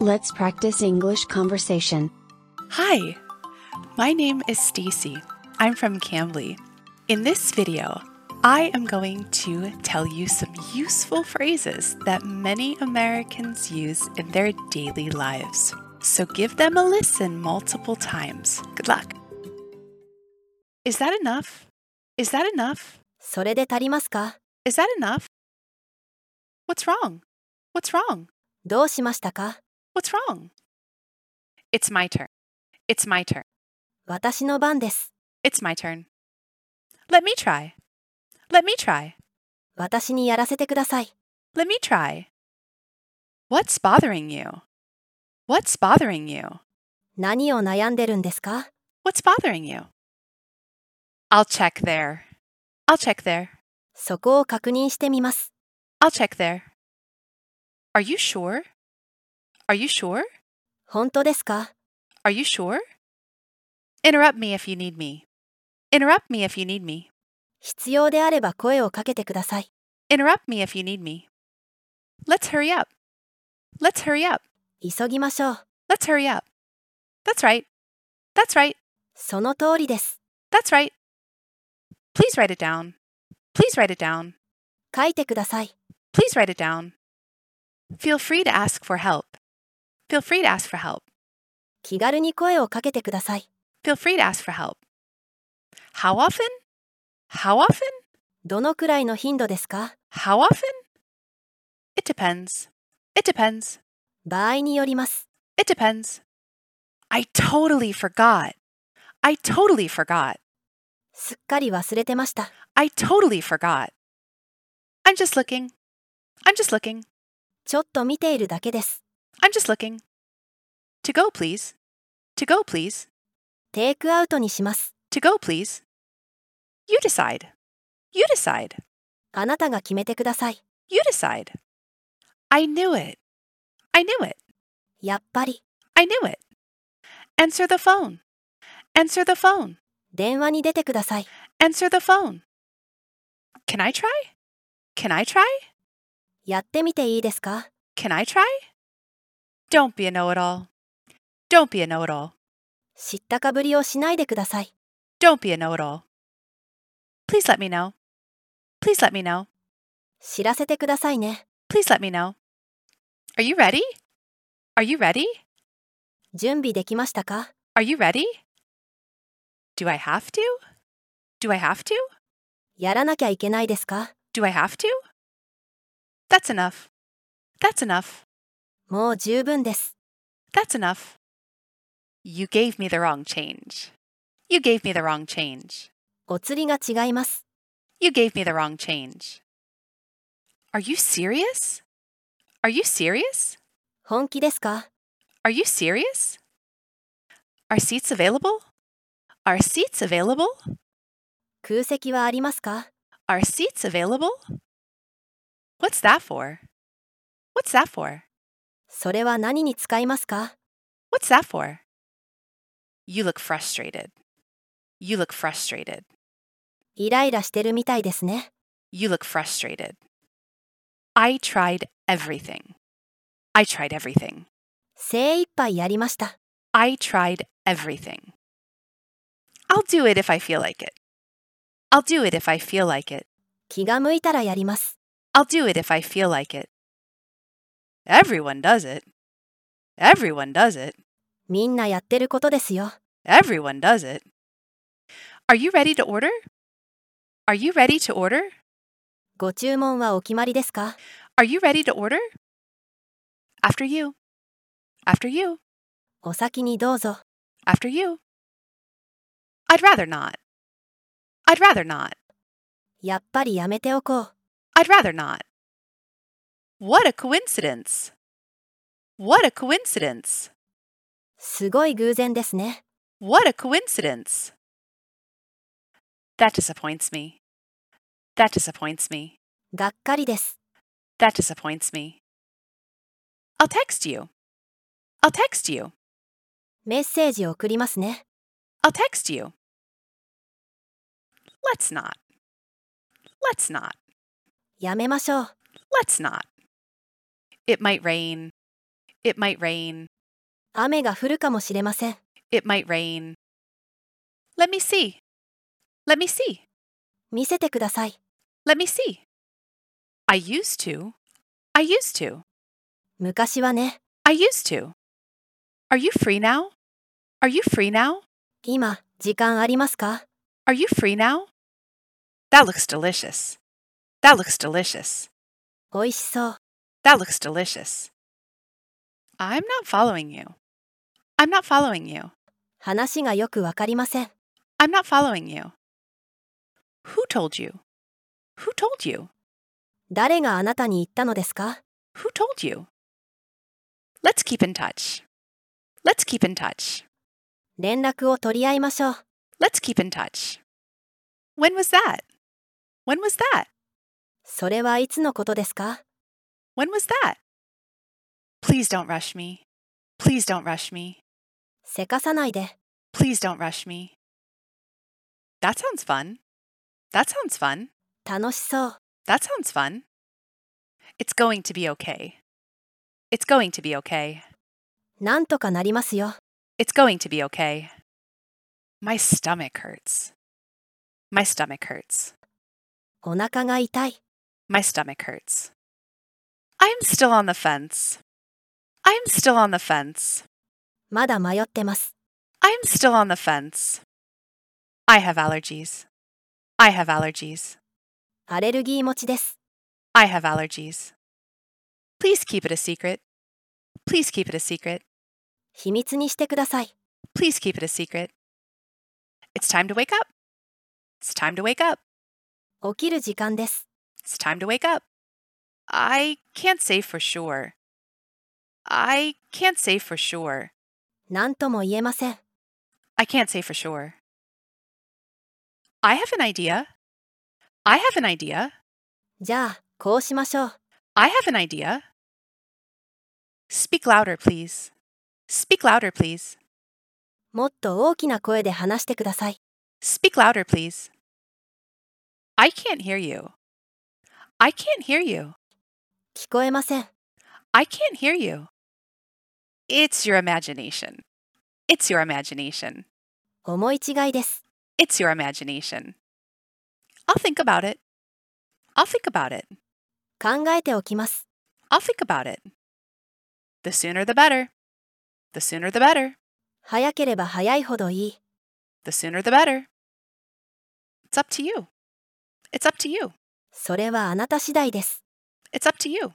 Let's practice English conversation. Hi, my name is Stacy. I'm from Cambly. In this video, I am going to tell you some useful phrases that many Americans use in their daily lives. So give them a listen multiple times. Good luck. Is that enough? Is that enough? それで足りますか Is that enough? What's wrong? What's wrong? どうしましたか What's wrong? It's my turn. It's my turn. 私の番です。 It's my turn. Let me try. Let me try. 私にやらせてください。 Let me try. What's bothering you? What's bothering you? 何を悩んでるんですか What's bothering you? I'll check there. I'll check there. そこを確認してみます。 I'll check there. Are you sure? Are you sure? 本当ですか Are you sure? Interrupt me if you need me. Interrupt me if you need me. 必要であれば声をかけてください。 Interrupt me if you need me. Let's hurry up. Let's hurry up. 急ぎましょう。 Let's hurry up. That's right. That's right. その通りです。 That's right. Please write it down. Please write it down. 書いてください。 Please write it down. Feel free to ask for help. Feel free to ask for help. 気軽に声をかけてください。 Feel free to ask for help. How often? How often? どのくらいの頻度ですか How often? It depends. It depends. 場合によります。 It depends. I totally forgot. I totally forgot. すっかり忘れてました。 I totally forgot. I'm just looking. I'm just looking. ちょっと見ているだけです。 I'm just looking. To go, please. To go, please. テイクアウトにします。 To go, please. You decide. You decide. あなたが決めてください。 You decide. I knew it. I knew it. やっぱり、 I knew it. Answer the phone. Answer the phone. 電話に出てください。 Answer the phone. Can I try? Can I try? やってみていいですか Can I try? Don't be a know it all. Don't be a know it all. 知ったかぶりをしないでください。 Don't be a know it all. Please let me know. Please let me know. 知らせてくださいね。 Please let me know. Are you ready? Are you ready? 準備できましたか Are you ready? Do I have to? Do I have to? やらなきゃいけないですか Do I have to? That's enough. That's enough. もう十分です。 That's enough. You gave me the wrong change. You gave me the wrong change. お釣りが違います。 You gave me the wrong change. Are you serious? Are you serious? 本気ですか Are you serious? Are seats available? Are seats available? 空席はありますか Are seats available? What's that for? What's that for? それは何に使いますか What's that for? You look frustrated. You look frustrated. イライラしてるみたいですね。 You look frustrated. I tried everything. I tried everything. 精一杯やりました。 I tried everything. I'll do it if I feel like it. I'll do it if I feel like it. 気が向いたらやります。 I'll do it if I feel like it. Everyone does it. Everyone does it. みんなやってることですよ。 Everyone does it. Are you ready to order? Are you ready to order? ご注文はお決まりですか Are you ready to order? After you. After you. お先にどうぞ。 After you. I'd rather not. I'd rather not. やっぱりやめておこう。 I'd rather not. What a coincidence. What a coincidence. すごい偶然ですね。 What a coincidence! That disappoints me. That disappoints me. がっかりです。 That disappoints me. I'll text you. I'll text you. メッセージを送りますね。 I'll text you. Let's not. Let's not. やめましょう。 Let's not. It might rain. It might rain. 雨が降るかもしれません。 It might rain. Let me see. Let me see. 見せてください。 Let me see. I used to. I used to. 昔はね、 I used to. Are you free now? Are you free now? 今、時間ありますか Are you free now? That looks delicious. That looks delicious. 美味しそう。 That looks delicious. I'm not following you. I'm not following you. 話がよくわかりません。 I'm not following you. Who told you? Who told you? 誰があなたに言ったのですか Who told you? Let's keep in touch. Let's keep in touch. 連絡を取り合いましょう。 Let's keep in touch. When was that? When was that? それはいつのことですか When was that? Please don't rush me. Please don't rush me. せかさないで。 Please don't rush me. That sounds fun. That sounds fun. 楽しそう。 That sounds fun. It's going to be okay. It's going to be okay. なんとかなりますよ。 It's going to be okay. My stomach hurts. My stomach hurts. お腹が痛い。 My stomach hurts. I'm still on the fence. I'm still on the fence. まだ迷ってます。 I'm still on the fence. I have allergies. I have allergies. アレルギー持ちです。 I have allergies. Please keep it a secret. Please keep it a secret. 秘密にしてください。 Please keep it a secret. It's time to wake up. It's time to wake up. 起きる時間です。 It's time to wake up. I can't say for sure. I can't say for sure. 何とも言えません。 I can't say for sure. I have an idea. I have an idea. じゃあ、こうしましょう。 I have an idea. Speak louder, please. Speak louder, please. もっと大きな声で話してください。 Speak louder, please. I can't hear you. I can't hear you. 聞こえません。 I can't hear you. It's your imagination. It's your imagination. 思い違いです。 It's your imagination. I'll think about it. I'll think about it. 考えておきます。 I'll think about it. The sooner the better. The sooner the better. 早ければ早いほどいい。 the sooner the better. It's up to you. It's up to you. それはあなた次第です。 It's up to you.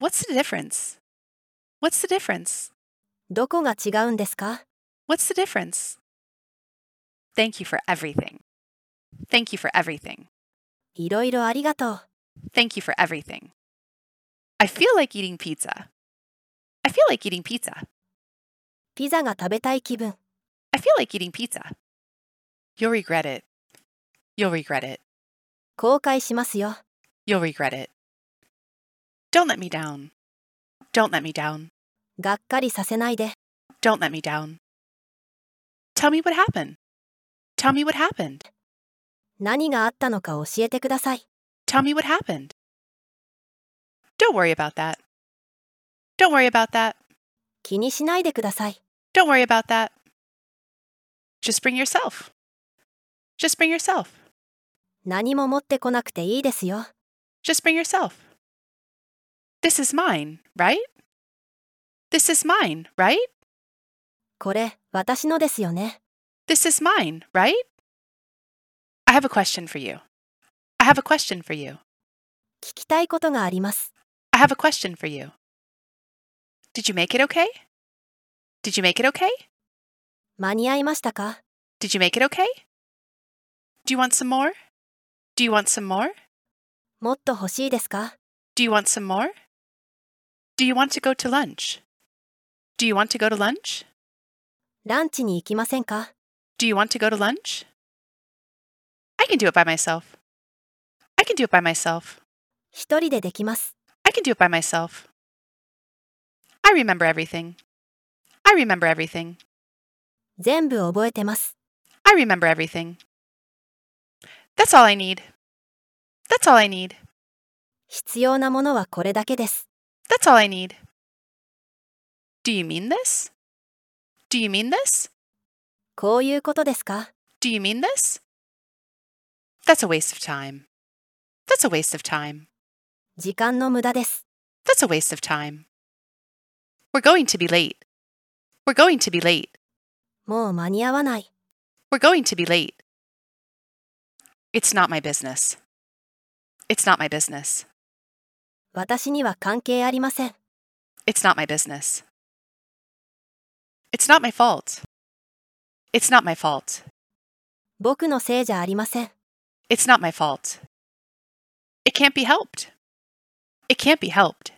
What's the difference? What's the difference? どこが違うんですか What's the difference? Thank you for everything. Thank you for everything. いろいろありがとう。 Thank you for everything. I feel like eating pizza. I feel like eating pizza. ピザが食べたい気分。 I feel like eating pizza. You'll regret it. You'll regret it. 後悔しますよ。 You'll regret it. Don't let me down. Don't let me down. がっかりさせないで。 Don't let me down. Tell me what happened. Tell me what happened. 何があったのか教えてください。 Tell me what happened. Don't worry about that. Don't worry about that. 気にしないでください。 Don't worry about that. Just bring yourself. Just bring yourself. 何も持ってこなくていいですよ。 Just bring yourself. This is mine, right? This is mine, right? これ、私のですよね。 This is mine, right? I have a question for you. I have a question for you. 聞きたいことがあります。 I have a question for you. Did you make it okay? Did you make it okay? 間に合いましたか Did you make it okay? Do you want some more? Do you want some more? もっと欲しいですか Do you want some more? Do you want to go to lunch? Do you want to go to lunch? ランチに行きませんか Do you want to go to lunch? I can do it by myself. I can do it by myself. 一人でできます。 I can do it by myself. I remember everything. I remember everything. 全部覚えてます。 I remember everything. That's all I need. That's all I need. 必要なものはこれだけです。 That's all I need. Do you mean this? Do you mean this? こういうことですか Do you mean this? That's a waste of time. That's a waste of time. 時間の無駄です。 That's a waste of time. We're going to be late. We're going to be late. もう間に合わない。 We're going to be late. It's not my business. It's not my business. 私には関係ありません。 It's not my business. It's not my fault. It's not my fault. 僕のせいじゃありません。 It's not my fault. It can't be helped. It can't be helped.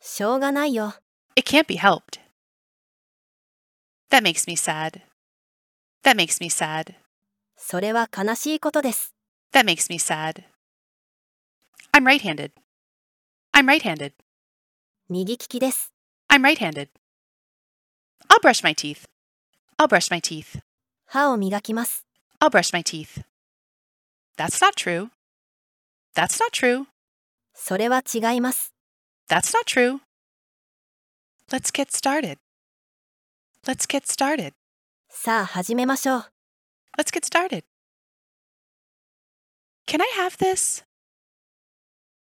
しょうがないよ。 It can't be helped. That makes me sad. That makes me sad. それは悲しいことです。 That makes me sad. I'm right handed. I'm right handed. 右利きです。 I'm right handed. I'll brush my teeth. I'll brush my teeth. 歯を磨きます。 I'll brush my teeth. That's not true. That's not true. それは違います。 That's not true. Let's get started. Let's get started. さあ始めましょう。 Let's get started. Can I have this?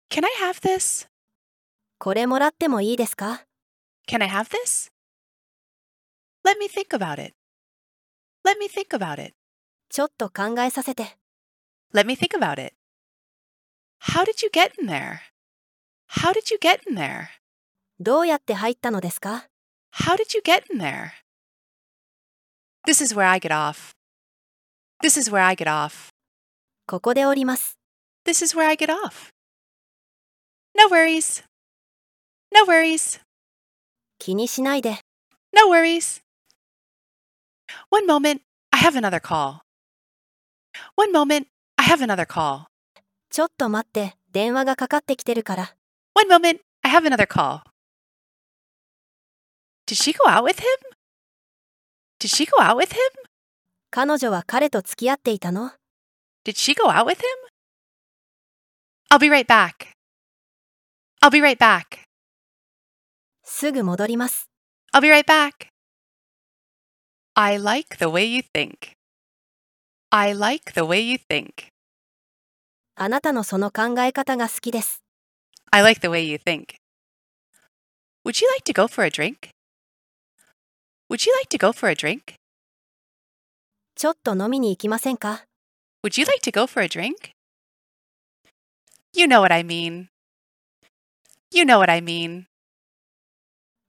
Can I have this? これもらってもいいですか Can I have this? Let me think about it. Let me think about it. ちょっと考えさせて。 Let me think about it. How did you get in there? How did you get in there? どうやって入ったのですか How did you get in there? This is where I get off. This is where I get off. ここで降ります。 This is where I get off. No worries. No worries. 気にしないで。 No worries. One moment. I have another call. One moment. I have another call. ちょっと待って。電話がかかってきてるから。 One moment. I have another call. Did she go out with him? Did she go out with him? 彼女は彼と付き合っていたの Did she go out with him? I'll be right back. I'll be right back. すぐ戻ります。 I'll be right back. I like the way you think. I like the way you think. あなたのその考え方が好きです。 I like the way you think. Would you like to go for a drink? Would you like to go for a drink? ちょっと飲みに行きませんか Would you like to go for a drink? You know what I mean. You know what I mean.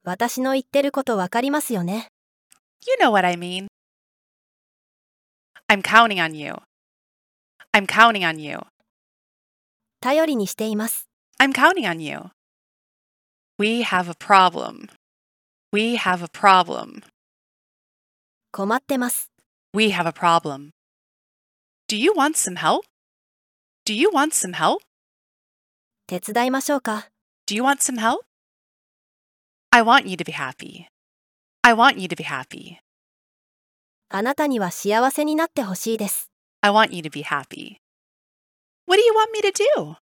私の言ってることわかりますよね。 You know what I mean. I'm counting on you. I'm counting on you. 頼りにしています。 I'm counting on you. We have a problem. We have a problem. 困ってます。 We have a problem. Do you want some help? Do you want some help? 手伝いましょうか。 Do you want some help? I want you to be happy. I want you to be happy. あなたには幸せになってほしいです。 I want you to be happy. What do you want me to do?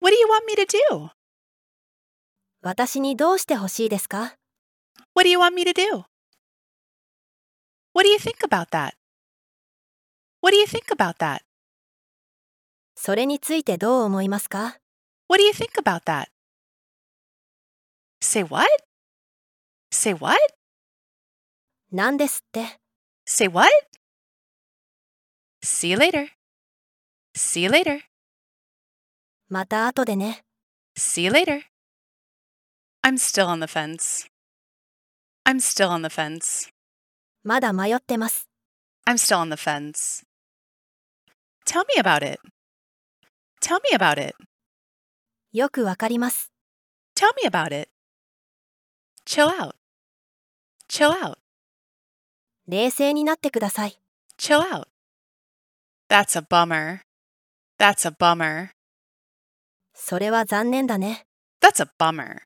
What do you want me to do? 私にどうしてほしいですか What do you want me to do? What do you think about that? What do you think about that? それについてどう思いますか What do you think about that? Say what? Say what? 何ですって。 Say what? See you later. See you later. また後でね。 See you later. I'm still on the fence. I'm still on the fence. まだ迷ってます。 I'm still on the fence. Tell me about it. Tell me about it. よくわかります。 Tell me about it. Chill out. Chill out. 冷静になってください。 Chill out. That's a bummer. That's a bummer. それは残念だね。 That's a bummer.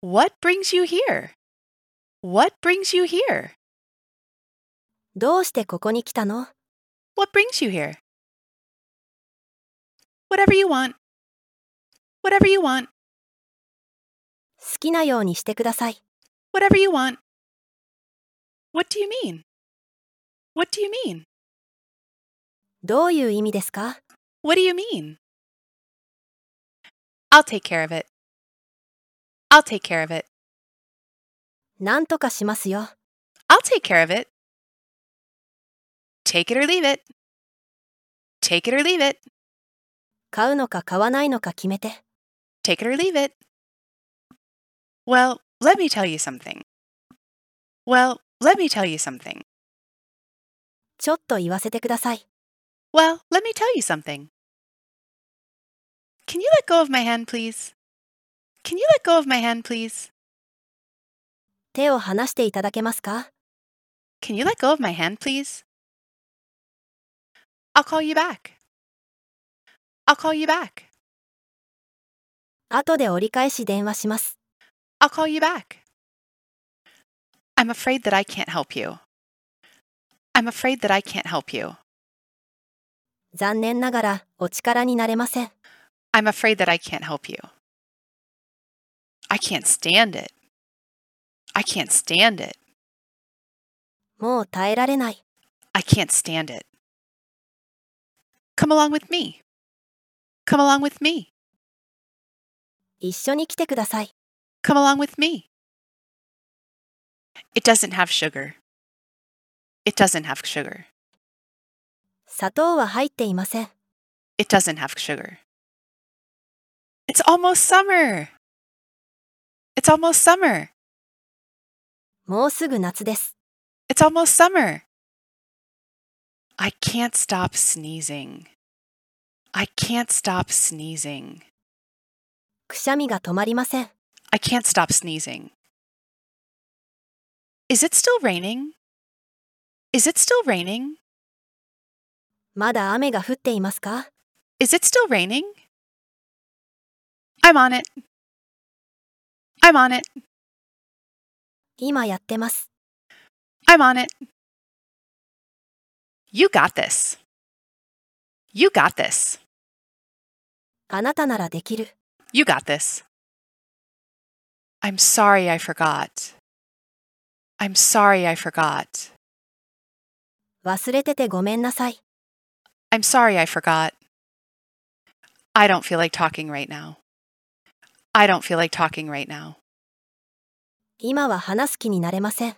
What brings you here? What brings you here? どうしてここに来たの What brings you here? Whatever you want. Whatever you want. 好きなようにしてください。 Whatever you want. What do you mean? What do you mean? どういう意味ですか What do you mean? I'll take care of it. I'll take care of it. なんとかしますよ。 I'll take care of it. Take it or leave it. Take it or leave it. 買うのか買わないのか決めて。 Take it or leave it. Well, let me tell you something. Well, let me tell you something. ちょっと言わせてください。 Well, let me tell you something. Can you let go of my hand, please? Can you let go of my hand, please? 手を離していただけますか Can you let go of my hand, please? I'll call you back. I'll call you back. 後で折り返し電話します。 I'll call you back. I'm afraid that I can't help you. I'm afraid that I can't help you. 残念ながらお力になれません。 I'm afraid that I can't help you. I can't stand it. I can't stand it. もう耐えられない。 I can't stand it. Come along with me. Come along with me. 一緒に来てください。 Come along with me. It doesn't have sugar. It doesn't have sugar. 砂糖は入っていません。 It doesn't have sugar. It's almost summer. It's almost summer. もうすぐ夏です。 It's almost summer. I can't stop sneezing. I can't stop sneezing. くしゃみが止まりません。 I can't stop sneezing. Is it still raining? Is it still raining? まだ雨が降っていますか Is it still raining? I'm on it. I'm on it. 今やってます。 I'm on it. You got this. You got this. あなたならできる。 You got this. I'm sorry I forgot. I'm sorry I forgot. 忘れててごめんなさい。 I'm sorry I forgot. I don't feel like talking right now. I don't feel like talking right now. 今は話す気になれません。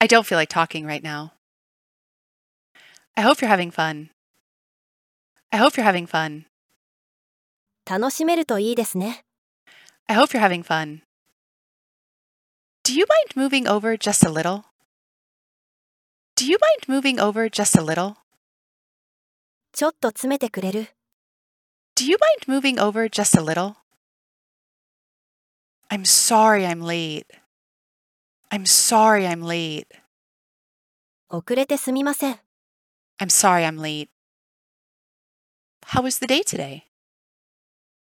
I don't feel like talking right now. I hope you're having fun. I hope you're having fun. 楽しめるといいですね。 I hope you're having fun. Do you mind moving over just a little? Do you mind moving over just a little? ちょっと詰めてくれる。 Do you mind moving over just a little? I'm sorry I'm late. I'm sorry I'm late. 遅れてすみません。 I'm sorry I'm late. How was the day today?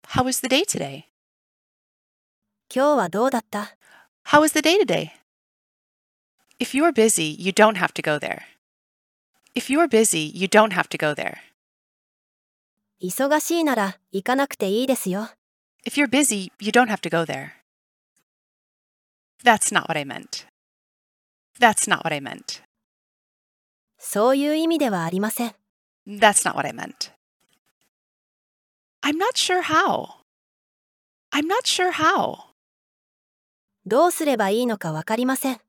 How was the day today? 今日はどうだった How was the day today? If you're busy, you don't have to go there. If you're busy, you don't have to go there. 忙しいなら行かなくていいですよ。 If you're busy, you don't have to go there. That's not what I meant. That's not what I meant. そういう意味ではありません。 That's not what I meant. I'm not sure how. I'm not sure how. どうすればいいのかわかりません。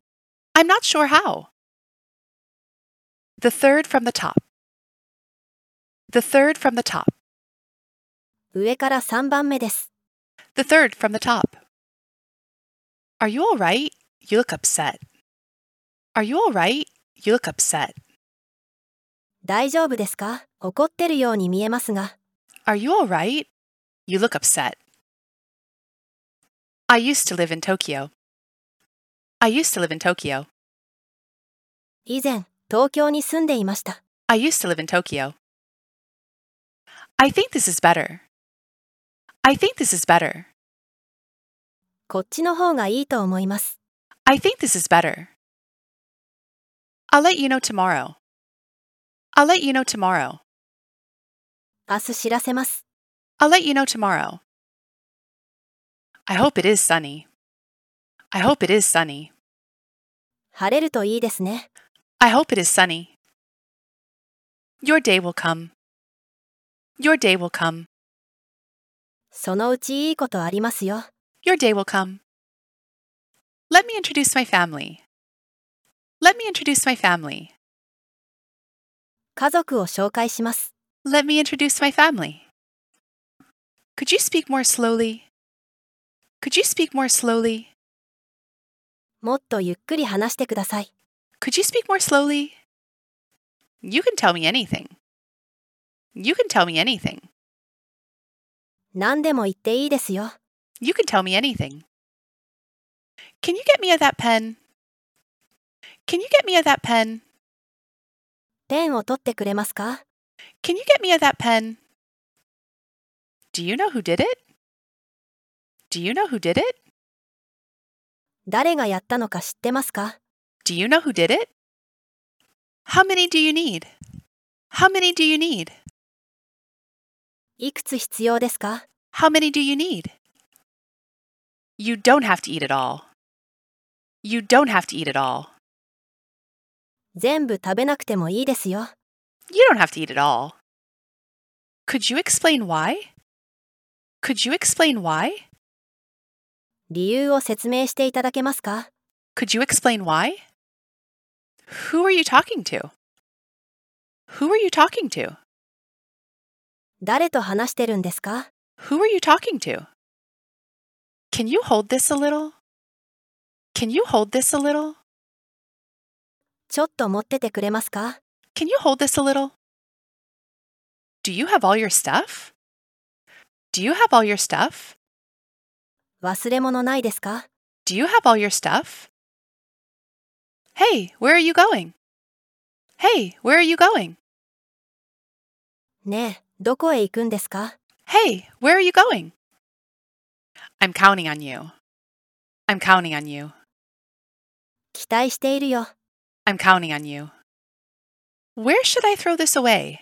I'm not sure how. The third from the top. The third from the top. 上から3番目です。 The third from the top. Are you all right? You look upset. Are you all right? You look upset. 大丈夫ですか怒ってるように見えますが、 Are you all right? You look upset. I used to live in Tokyo. I used to live in Tokyo. 以前、東京に住んでいました。 I used to live in Tokyo. I think this is better. I think this is better. こっちの方がいいと思います。 I think this is better. I'll let you know tomorrow. I'll let you know tomorrow. 明日知らせます。 I'll let you know tomorrow. I hope it is sunny. I hope it is sunny. 晴れるといいですね。 I hope it is sunny. Your day will come. Your day will come. そのうちいいことありますよ。 Your day will come. Let me introduce my family. Let me introduce my family. 家族を紹介します。 Let me introduce my family. Could you speak more slowly? Could you speak more slowly? もっとゆっくり話してください。 Could you speak more slowly? You can tell me anything. You can tell me anything. 何でも言っていいですよ。 You can tell me anything. Can you get me a that pen? Can you get me a that pen? ペンを取ってくれますか Can you get me a that pen? Do you know who did it? Do you know who did it? 誰がやったのか知ってますか Do you know who did it? How many do you need? How many do you need? いくつ必要ですか How many do you need? You don't have to eat it all. You don't have to eat it all. 全部食べなくてもいいですよ。 You don't have to eat it all. Could you explain why? Could you explain why? 理由を説明していただけますか Could you explain why? Who are you talking to? Who are you talking to? 誰と話してるんですか Who are you talking to? Can you hold this a little? Can you hold this a little? ちょっと持っててくれますか Can you hold this a little? Do you have all your stuff? Do you have all your stuff? 忘れ物ないですか Do you have all your stuff? Hey, where are you going? Hey, where are you going? ねえ、どこへ行くんですか Hey, where are you going? I'm counting on you. I'm counting on you. 期待しているよ。 I'm counting on you. Where should I throw this away?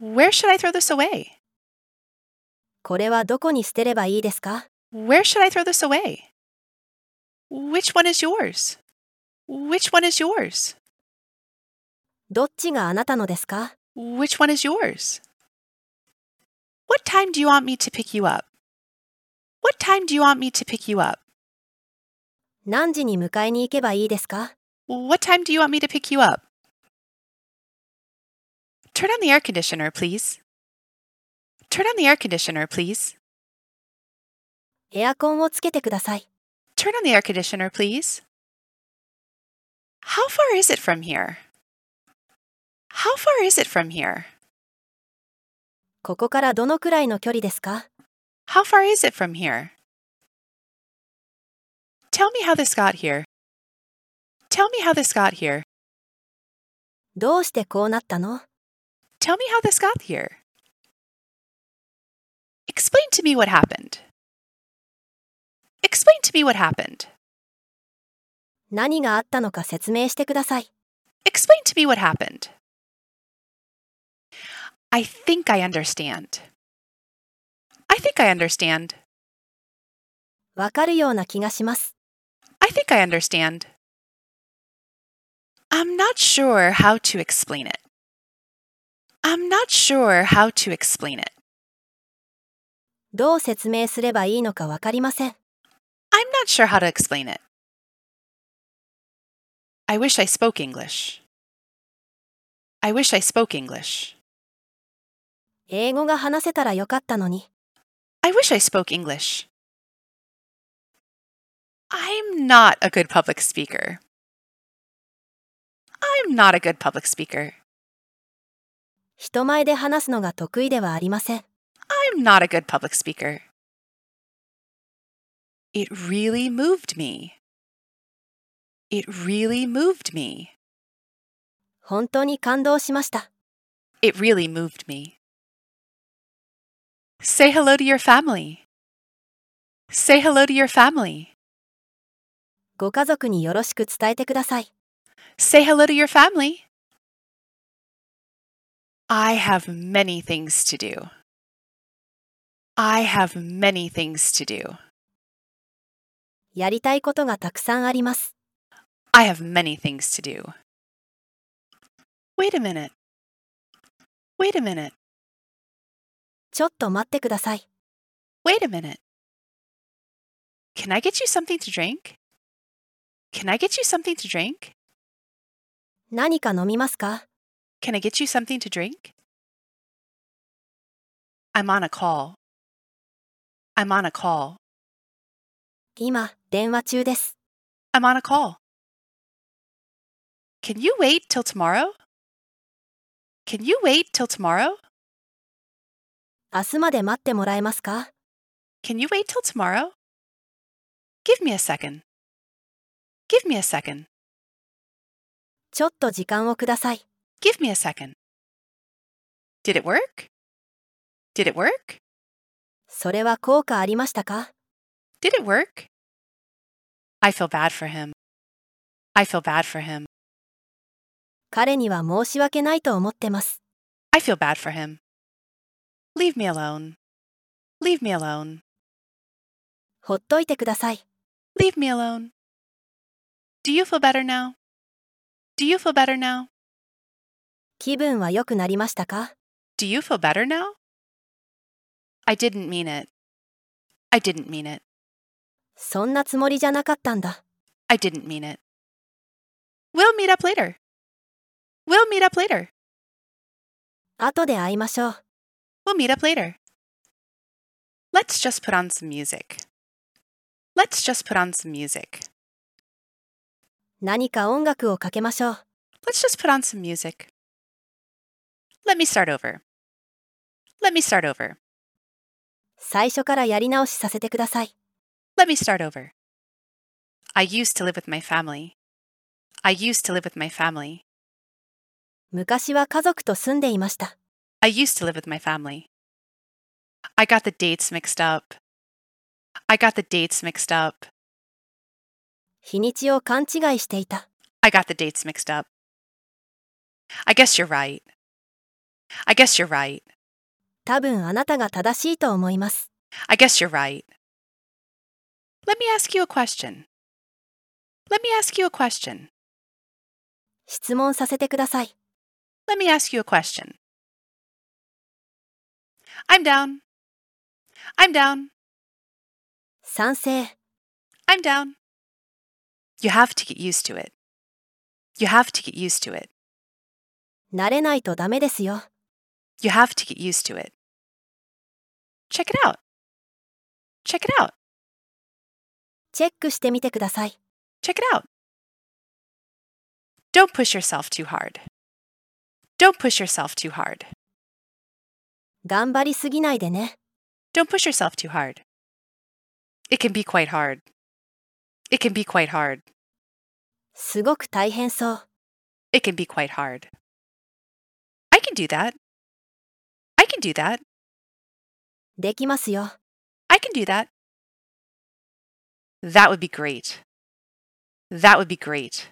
Where should I throw this away? これはどこに捨てればいいですか Where should I throw this away? Which one is yours? Which one is yours? どっちがあなたのですか Which one is yours? What time do you want me to pick you up? What time do you want me to pick you up? 何時に迎えに行けばいいですか What time do you want me to pick you up? Turn on the air conditioner, please. Turn on the air conditioner, please. エアコンをつけてください。 Turn on the air conditioner, please. How far is it from here? How far is it from here? ここからどのくらいの距離ですか How far is it from here? Tell me how this got here. Tell me how this got here. どうしてこうなったの Tell me how this got here. Explain to me what happened. Explain to me what happened. 何があったのか説明してください。 Explain to me what happened. I think I understand. I think I understand. わかるような気がします。 I think I understand. I'm not sure how to explain it. I'm not sure how to explain it. どう説明すればいいのかわかりません。 I'm not sure how to explain it. I wish I spoke English. I wish I spoke English. 英語が話せたらよかったのに。 I wish I spoke English. I'm not a good public speaker. I'm not a good public speaker. 人前で話すのが得意ではありません。 I'm not a good public speaker. It really moved me. It really moved me. 本当に感動しました。 It really moved me. Say hello to your family. Say hello to your family. ご家族によろしく伝えてください。 Say hello to your family. I have many things to do. I have many things to do. やりたいことがたくさんあります。 I have many things to do. Wait a minute. Wait a minute. ちょっと待ってください。 Wait a minute. Can I get you something to drink? Can I get you something to drink? 何か飲みますか Can I get you something to drink? I'm on a call. I'm on a call. 今、電話中です。 I'm on a call. Can you wait till tomorrow? Can you wait till tomorrow? 明日まで待ってもらえますか Can you wait till tomorrow? Give me a second. Give me a second. ちょっと時間をください。 Give me a second. Did it work? Did it work? それは効果ありましたか Did it work? I feel bad for him. I feel bad for him. 彼には申し訳ないと思ってます。 I feel bad for him. Leave me alone. Leave me alone. ほっといてください。 Leave me alone. Do you feel better now? Do you feel better now? 気分は良くなりましたか Do you feel better now? I didn't mean it. I didn't mean it. そんなつもりじゃなかったんだ。 I didn't mean it. We'll meet up later. We'll meet up later. 後で会いましょう。 We'll meet up later. Let's just put on some music. Let's just put on some music. 何か音楽をかけましょう。 Let's just put on some music. Let me start over. Let me start over. 最初からやり直しさせてください。 Let me start over. I used to live with my family. I used to live with my family. 昔は家族と住んでいました。 I used to live with my family. I got the dates mixed up. I got the dates mixed up. 日にちを勘違いしていた。 I got the dates mixed up. I guess you're right. I guess you're right. 多分あなたが正しいと思います。 I guess you're right. Let me ask you a question. Let me ask you a question. 質問させてください。 Let me ask you a question. I'm down. I'm down. 賛成。 I'm down. You have to get used to it. You have to get used to it. 慣れないとダメですよ。 You have to get used to it. Check it out. Check it out. チェックしてみてください。 Check it out. Don't push yourself too hard. Don't push yourself too hard. 頑張りすぎないでね。 Don't push yourself too hard. It can be quite hard. It can be quite hard. すごく大変そう。 It can be quite hard. I can do that. I can do that. できますよ。 I can do that. That would be great. That would be great.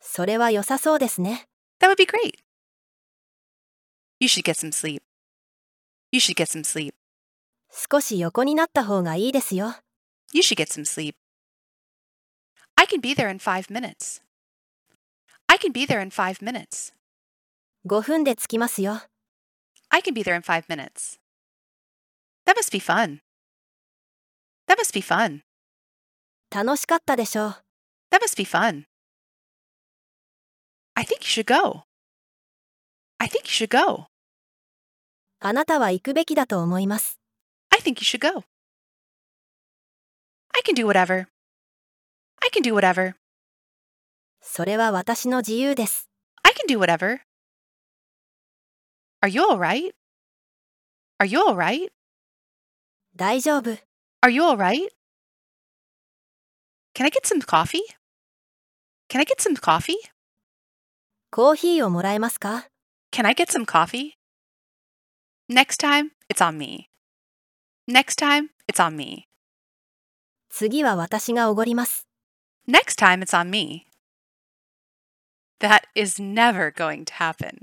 それは良さそうですね。 That would be great. You should get some sleep. You should get some sleep. 少し横になった方がいいですよ。 You should get some sleep. I can be there in five minutes. I can be there in five minutes. 5分で着きますよ。 I can be there in five minutes. That must be fun. That must be fun. 楽しかったでしょう。 That must be fun. I think you should go. I think you should go. あなたは行くべきだと思います。 I think you should go. I can do whatever. I can do whatever. それは私の自由です。 I can do whatever. Are you all right? Are you all right? 大丈夫。 Are you all right? Can I get some coffee? Can I get some coffee? コーヒーをもらえますか Can I get some coffee? Next time, it's on me. Next time, it's on me. 次は私がおごります。 Next time, it's on me. That is never going to happen.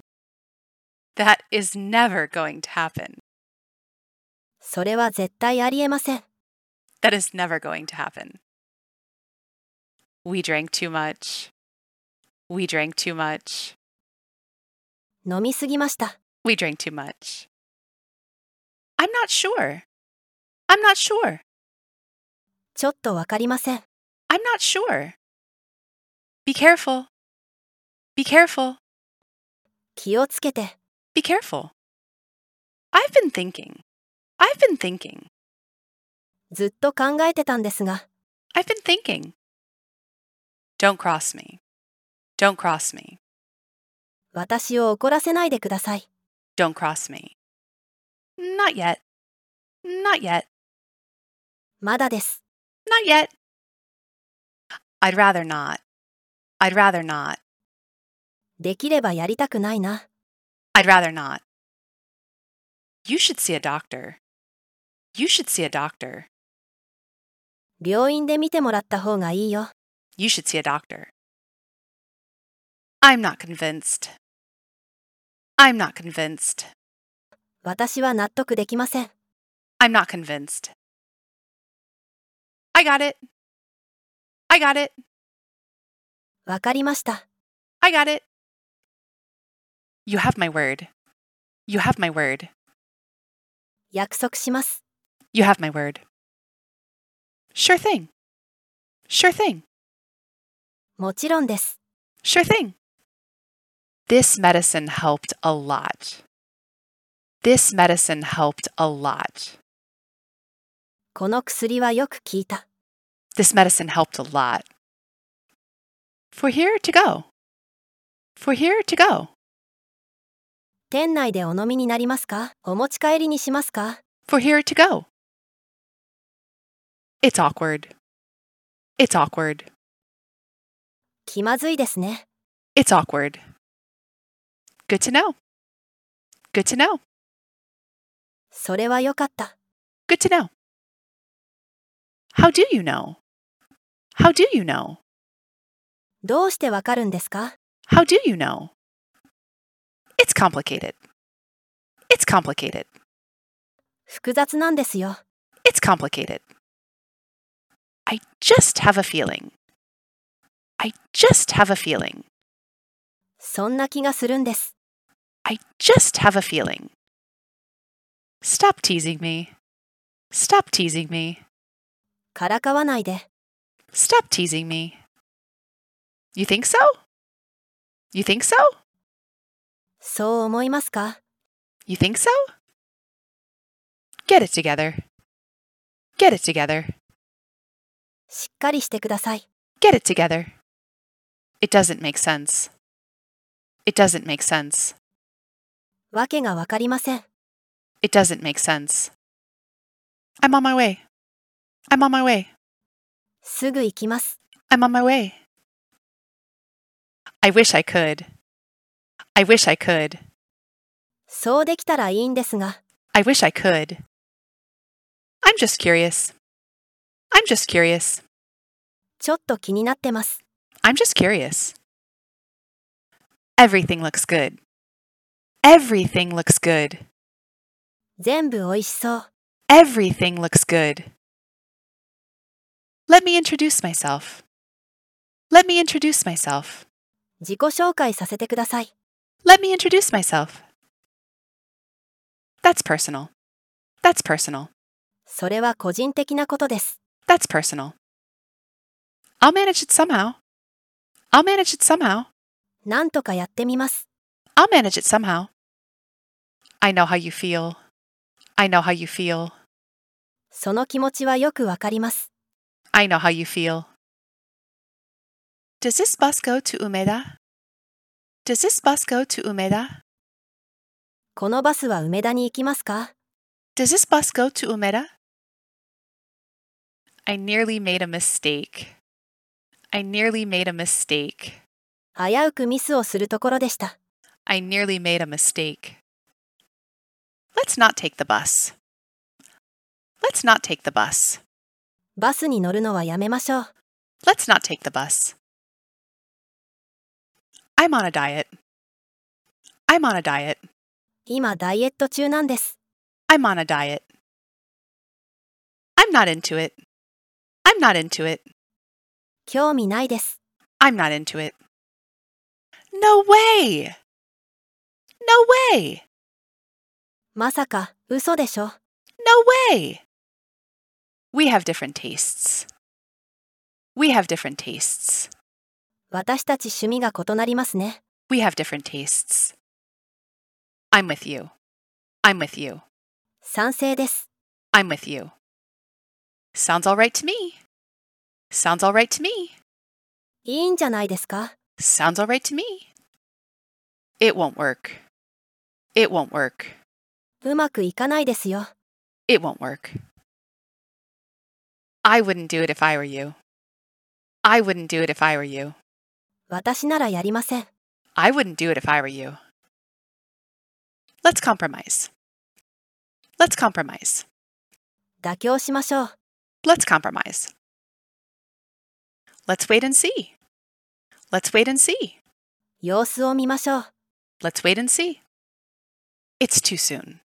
That is never going to happen. それは絶対ありえません。 That is never going to happen. We drank too much. We drank too much. 飲みすぎました。 We drank too much. I'm not sure. I'm not sure. ちょっとわかりません。 I'm not sure. Be careful. Be careful. 気をつけて。 Be careful. I've been thinking. I've been thinking. ずっと考えてたんですが、 I've been thinking. Don't cross me. Don't cross me. 私を怒らせないでください。 Don't cross me. Not yet. Not yet. まだです。 Not yet. I'd rather not. I'd rather not. できればやりたくないな。 I'd rather not. You should see a doctor. You should see a doctor. 病院で見てもらった方がいいよ。 You should see a doctor. I'm not convinced. I'm not convinced. 私は納得できません。 I'm not convinced. I got it. I got it. わかりました。 I got it. You have my word. You have my word. 約束します。 You have my word. Sure thing. Sure thing. もちろんです。 Sure thing. This medicine helped a lot. This medicine helped a lot. この薬はよく効いた。 This medicine helped a lot. For here to go. For here to go. 店内でお飲みになりますかお持ち帰りにしますか For here to go. It's awkward. It's awkward. 気まずいですね。 It's awkward. Good to know. Good to know. それはよかった。 Good to know. How do you know? How do you know? どうしてわかるんですか How do you know? It's complicated. It's complicated. 複雑なんですよ。 It's complicated. I just have a feeling. I just have a feeling. そんな気がするんです。 I just have a feeling. Stop teasing me. Stop teasing me. からかわないで。 Stop teasing me. You think so? You think so? そう思いますか You think so? Get it together. Get it together. しっかりしてください。 Get it together. It doesn't make sense. It doesn't make sense. わけがわかりません。 It doesn't make sense. I'm on my way. I'm on my way. すぐ行きます。 I'm on my way. I wish I could. I wish I could. そうできたらいいんですが、 I wish I could. I'm just curious. I'm just curious. ちょっと気になってます。 I'm just curious. Everything looks good. Everything looks good. 全部美味しそう。 Everything looks good. Let me introduce myself. Let me introduce myself. 自己紹介させてください。 Let me introduce myself. That's personal. That's personal. それは個人的なことです。 That's personal. I'll manage it somehow. I'll manage it somehow. なんとかやってみます。 I'll manage it somehow. I know how you feel. I know how you feel. その気持ちはよくわかります。 I know how you feel. Does this bus go to Umeda? Does this bus go to Umeda? このバスは梅田に行きますか Does this bus go to Umeda? I nearly made a mistake. I nearly made a mistake. 危うくミスをするところでした。 I nearly made a mistake. Let's not take the bus. Let's not take the bus. バスに乗るのはやめましょう。 Let's not take the bus. I'm on a diet. I'm on a diet. 今ダイエット中なんです。 I'm on a diet. I'm not into it. I'm not into it. 興味ないです。 I'm not into it. No way! No way! まさか、嘘でしょ。 No way! We have different tastes. We have different tastes. 私たち趣味が異なりますね。 We have different tastes. I'm with you. I'm with you. 賛成です。 I'm with you. Sounds all right to me. Sounds all right to me. いいんじゃないですか Sounds all right to me. It won't work. It won't work. うまくいかないですよ。 It won't work. I wouldn't do it if I were you. I wouldn't do it if I were you. 私ならやりません。 I wouldn't do it if I were you. Let's compromise. Let's compromise. 妥協しましょう。 Let's compromise. Let's wait and see. Let's wait and see. 様子を見ましょう。 Let's wait and see. It's too soon.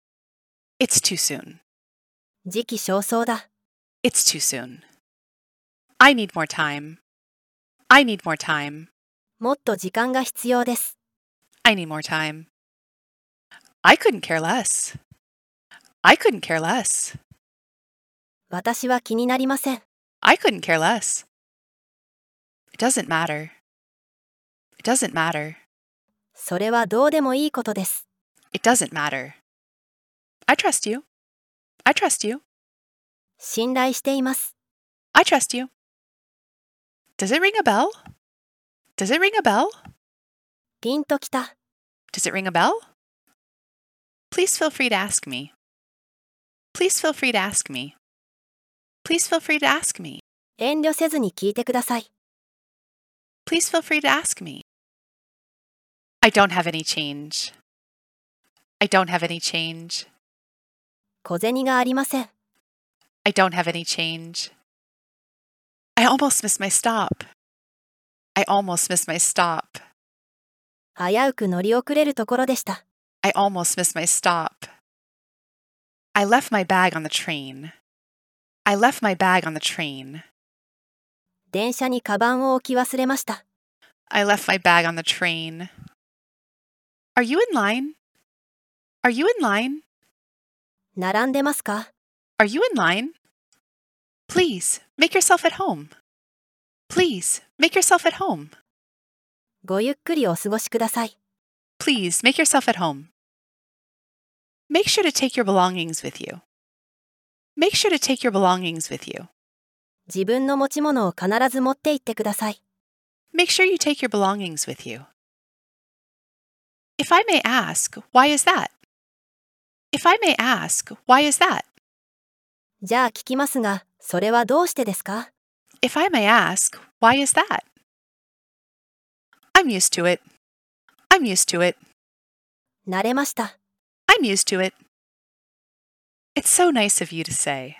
It's too soon. 時期尚早だ。 It's too soon. I need more time. I need more time. もっと時間が必要です。 I need more time. I couldn't care less. I couldn't care less. 私は気になりません。 I couldn't care less. It doesn't matter. It doesn't matter. それはどうでもいいことです。 It doesn't matter. I trust you. I trust you. 信頼しています。 I trust you. Does it ring a bell? Does it ring a bell? ピンときた。 Does it ring a bell? Please feel free to ask me. Please feel free to ask me. Please feel free to ask me. 遠慮せずに聞いてください。 Please feel free to ask me. I don't have any change. I don't have any change. 小銭がありません。 I don't have any change. I almost missed my stop. I almost missed my stop. 危うく乗り遅れるところでした。 I almost missed my stop. I left my bag on the train. I left my bag on the train. 電車にカバンを置き忘れました。 I left my bag on the train. Are you in line? Are you in line? 並んでますか Are you in line? Please make yourself at home. Please make yourself at home. ごゆっくりお過ごしください。 Please make yourself at home. Make sure to take your belongings with you. Make sure to take your belongings with you. 自分の持ち物を必ず持って行ってください。 Make sure you take your belongings with you. If I may ask, why is that? If I may ask, why is that? じゃあ聞きますが、それはどうしてですか If I may ask, why is that? I'm used to it. I'm used to it. 慣れました。 I'm used to it. It's so nice of you to say.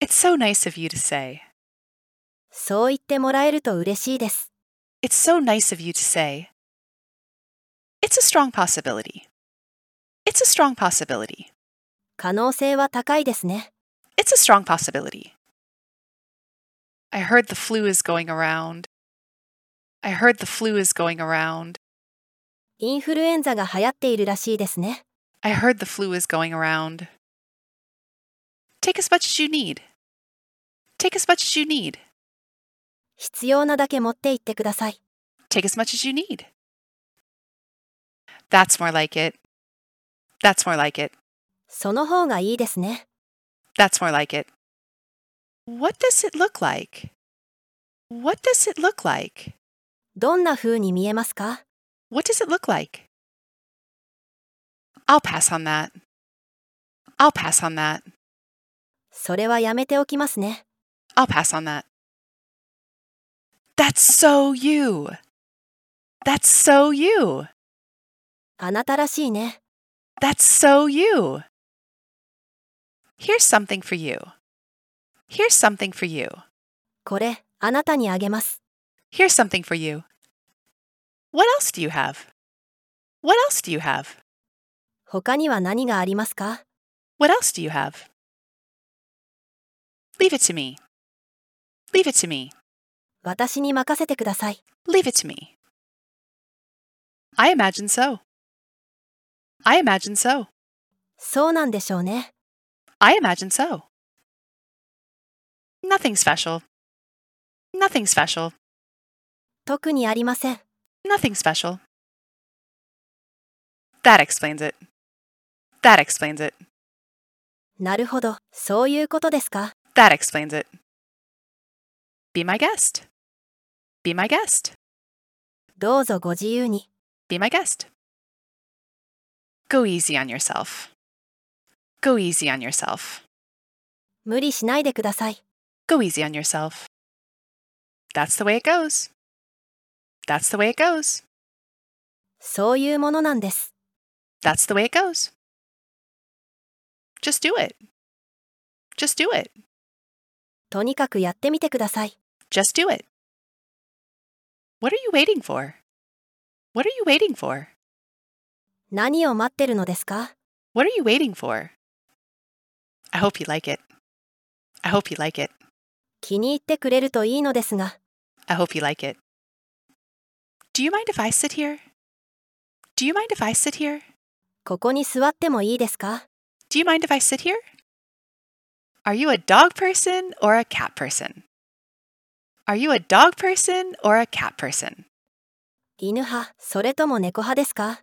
It's so nice of you to say. そう言ってもらえると嬉しいです。 It's so nice of you to say. It's a strong possibility. It's a strong possibility. 可能性は高いですね。 It's a strong possibility. I heard the flu is going around. I heard the flu is going around. インフルエンザが流行っているらしいですね。 I heard the flu is going around. Take as much as you need. Take as much as you need. 必要なだけ持って行ってください。 Take as much as you need. That's more like it. That's more like it. その方がいいですね。 That's more like it. What does it look like? What does it look like? どんな風に見えますか What does it look like? I'll pass on that. I'll pass on that. それはやめておきますね。 I'll pass on that. That's so you. That's so you. あなたらしいね。 That's so you. Here's something for you. Here's something for you. これ、あなたにあげます。 Here's something for you. What else do you have? What else do you have? 他には何がありますか What else do you have? Leave it to me. Leave it to me. 私に任せてください。 Leave it to me. I imagine so. I imagine so. そうなんでしょうね。 I imagine so. Nothing special. Nothing special. 特にありません。 Nothing special. That explains it. That explains it. なるほど。そういうことですか That explains it. Be my guest. Be my guest. どうぞご自由に。 Be my guest. Go easy on yourself. Go easy on yourself. 無理しないでください。 Go easy on yourself. That's the way it goes. That's the way it goes. そういうものなんです。 That's the way it goes. Just do it. Just do it. とにかくやってみてください。 Just do it. What are you waiting for? What are you waiting for? 何を待ってるのですか What are you waiting for? I hope you like it. I hope you like it. 気に入ってくれるといいのですが。 I hope you like it. Do you mind if I sit here? Do you mind if I sit here? ここに座ってもいいですか Do you mind if I sit here? Are you a dog person or a cat person? Are you a dog person or a cat person? 犬派、それとも猫派ですか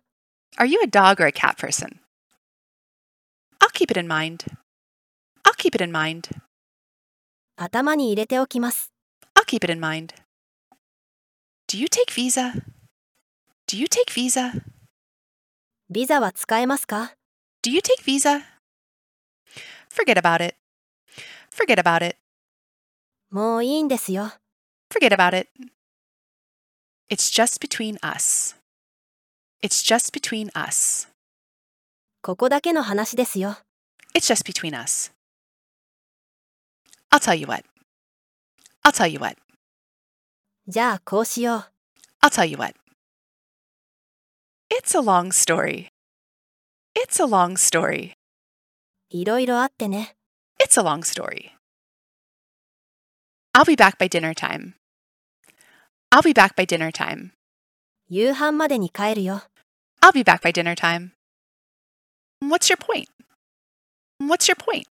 Are you a dog or a cat person? I'll keep it in mind. I'll keep it in mind. 頭に入れておきます。 I'll keep it in mind. Do you take Visa? Do you take Visa? ビザは使えますか Do you take Visa? Forget about it. Forget about it. もういいんですよ。 Forget about it. It's just between us. It's just between us. ここだけの話ですよ。 It's just between us. I'll tell you what. I'll tell you what. じゃあこうしよう。 I'll tell you what. It's a long story. It's a long story. いろいろあってね。 It's a long story. I'll be back by dinner time. I'll be back by dinner time. 夕飯までに帰るよ。 I'll be back by dinner time. What's your point? What's your point?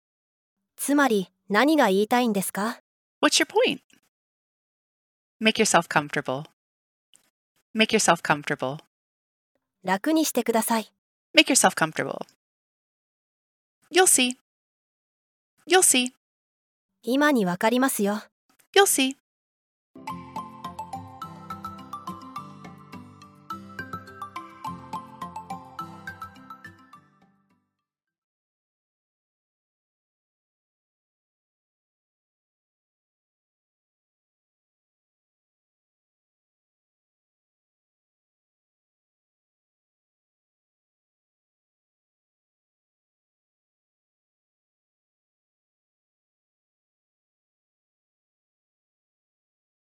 つまり、何が言いたいんですか What's your point? Make yourself comfortable. Make yourself comfortable. 楽にしてください。 Make yourself comfortable. You'll see. You'll see. 今にわかりますよ。 You'll see.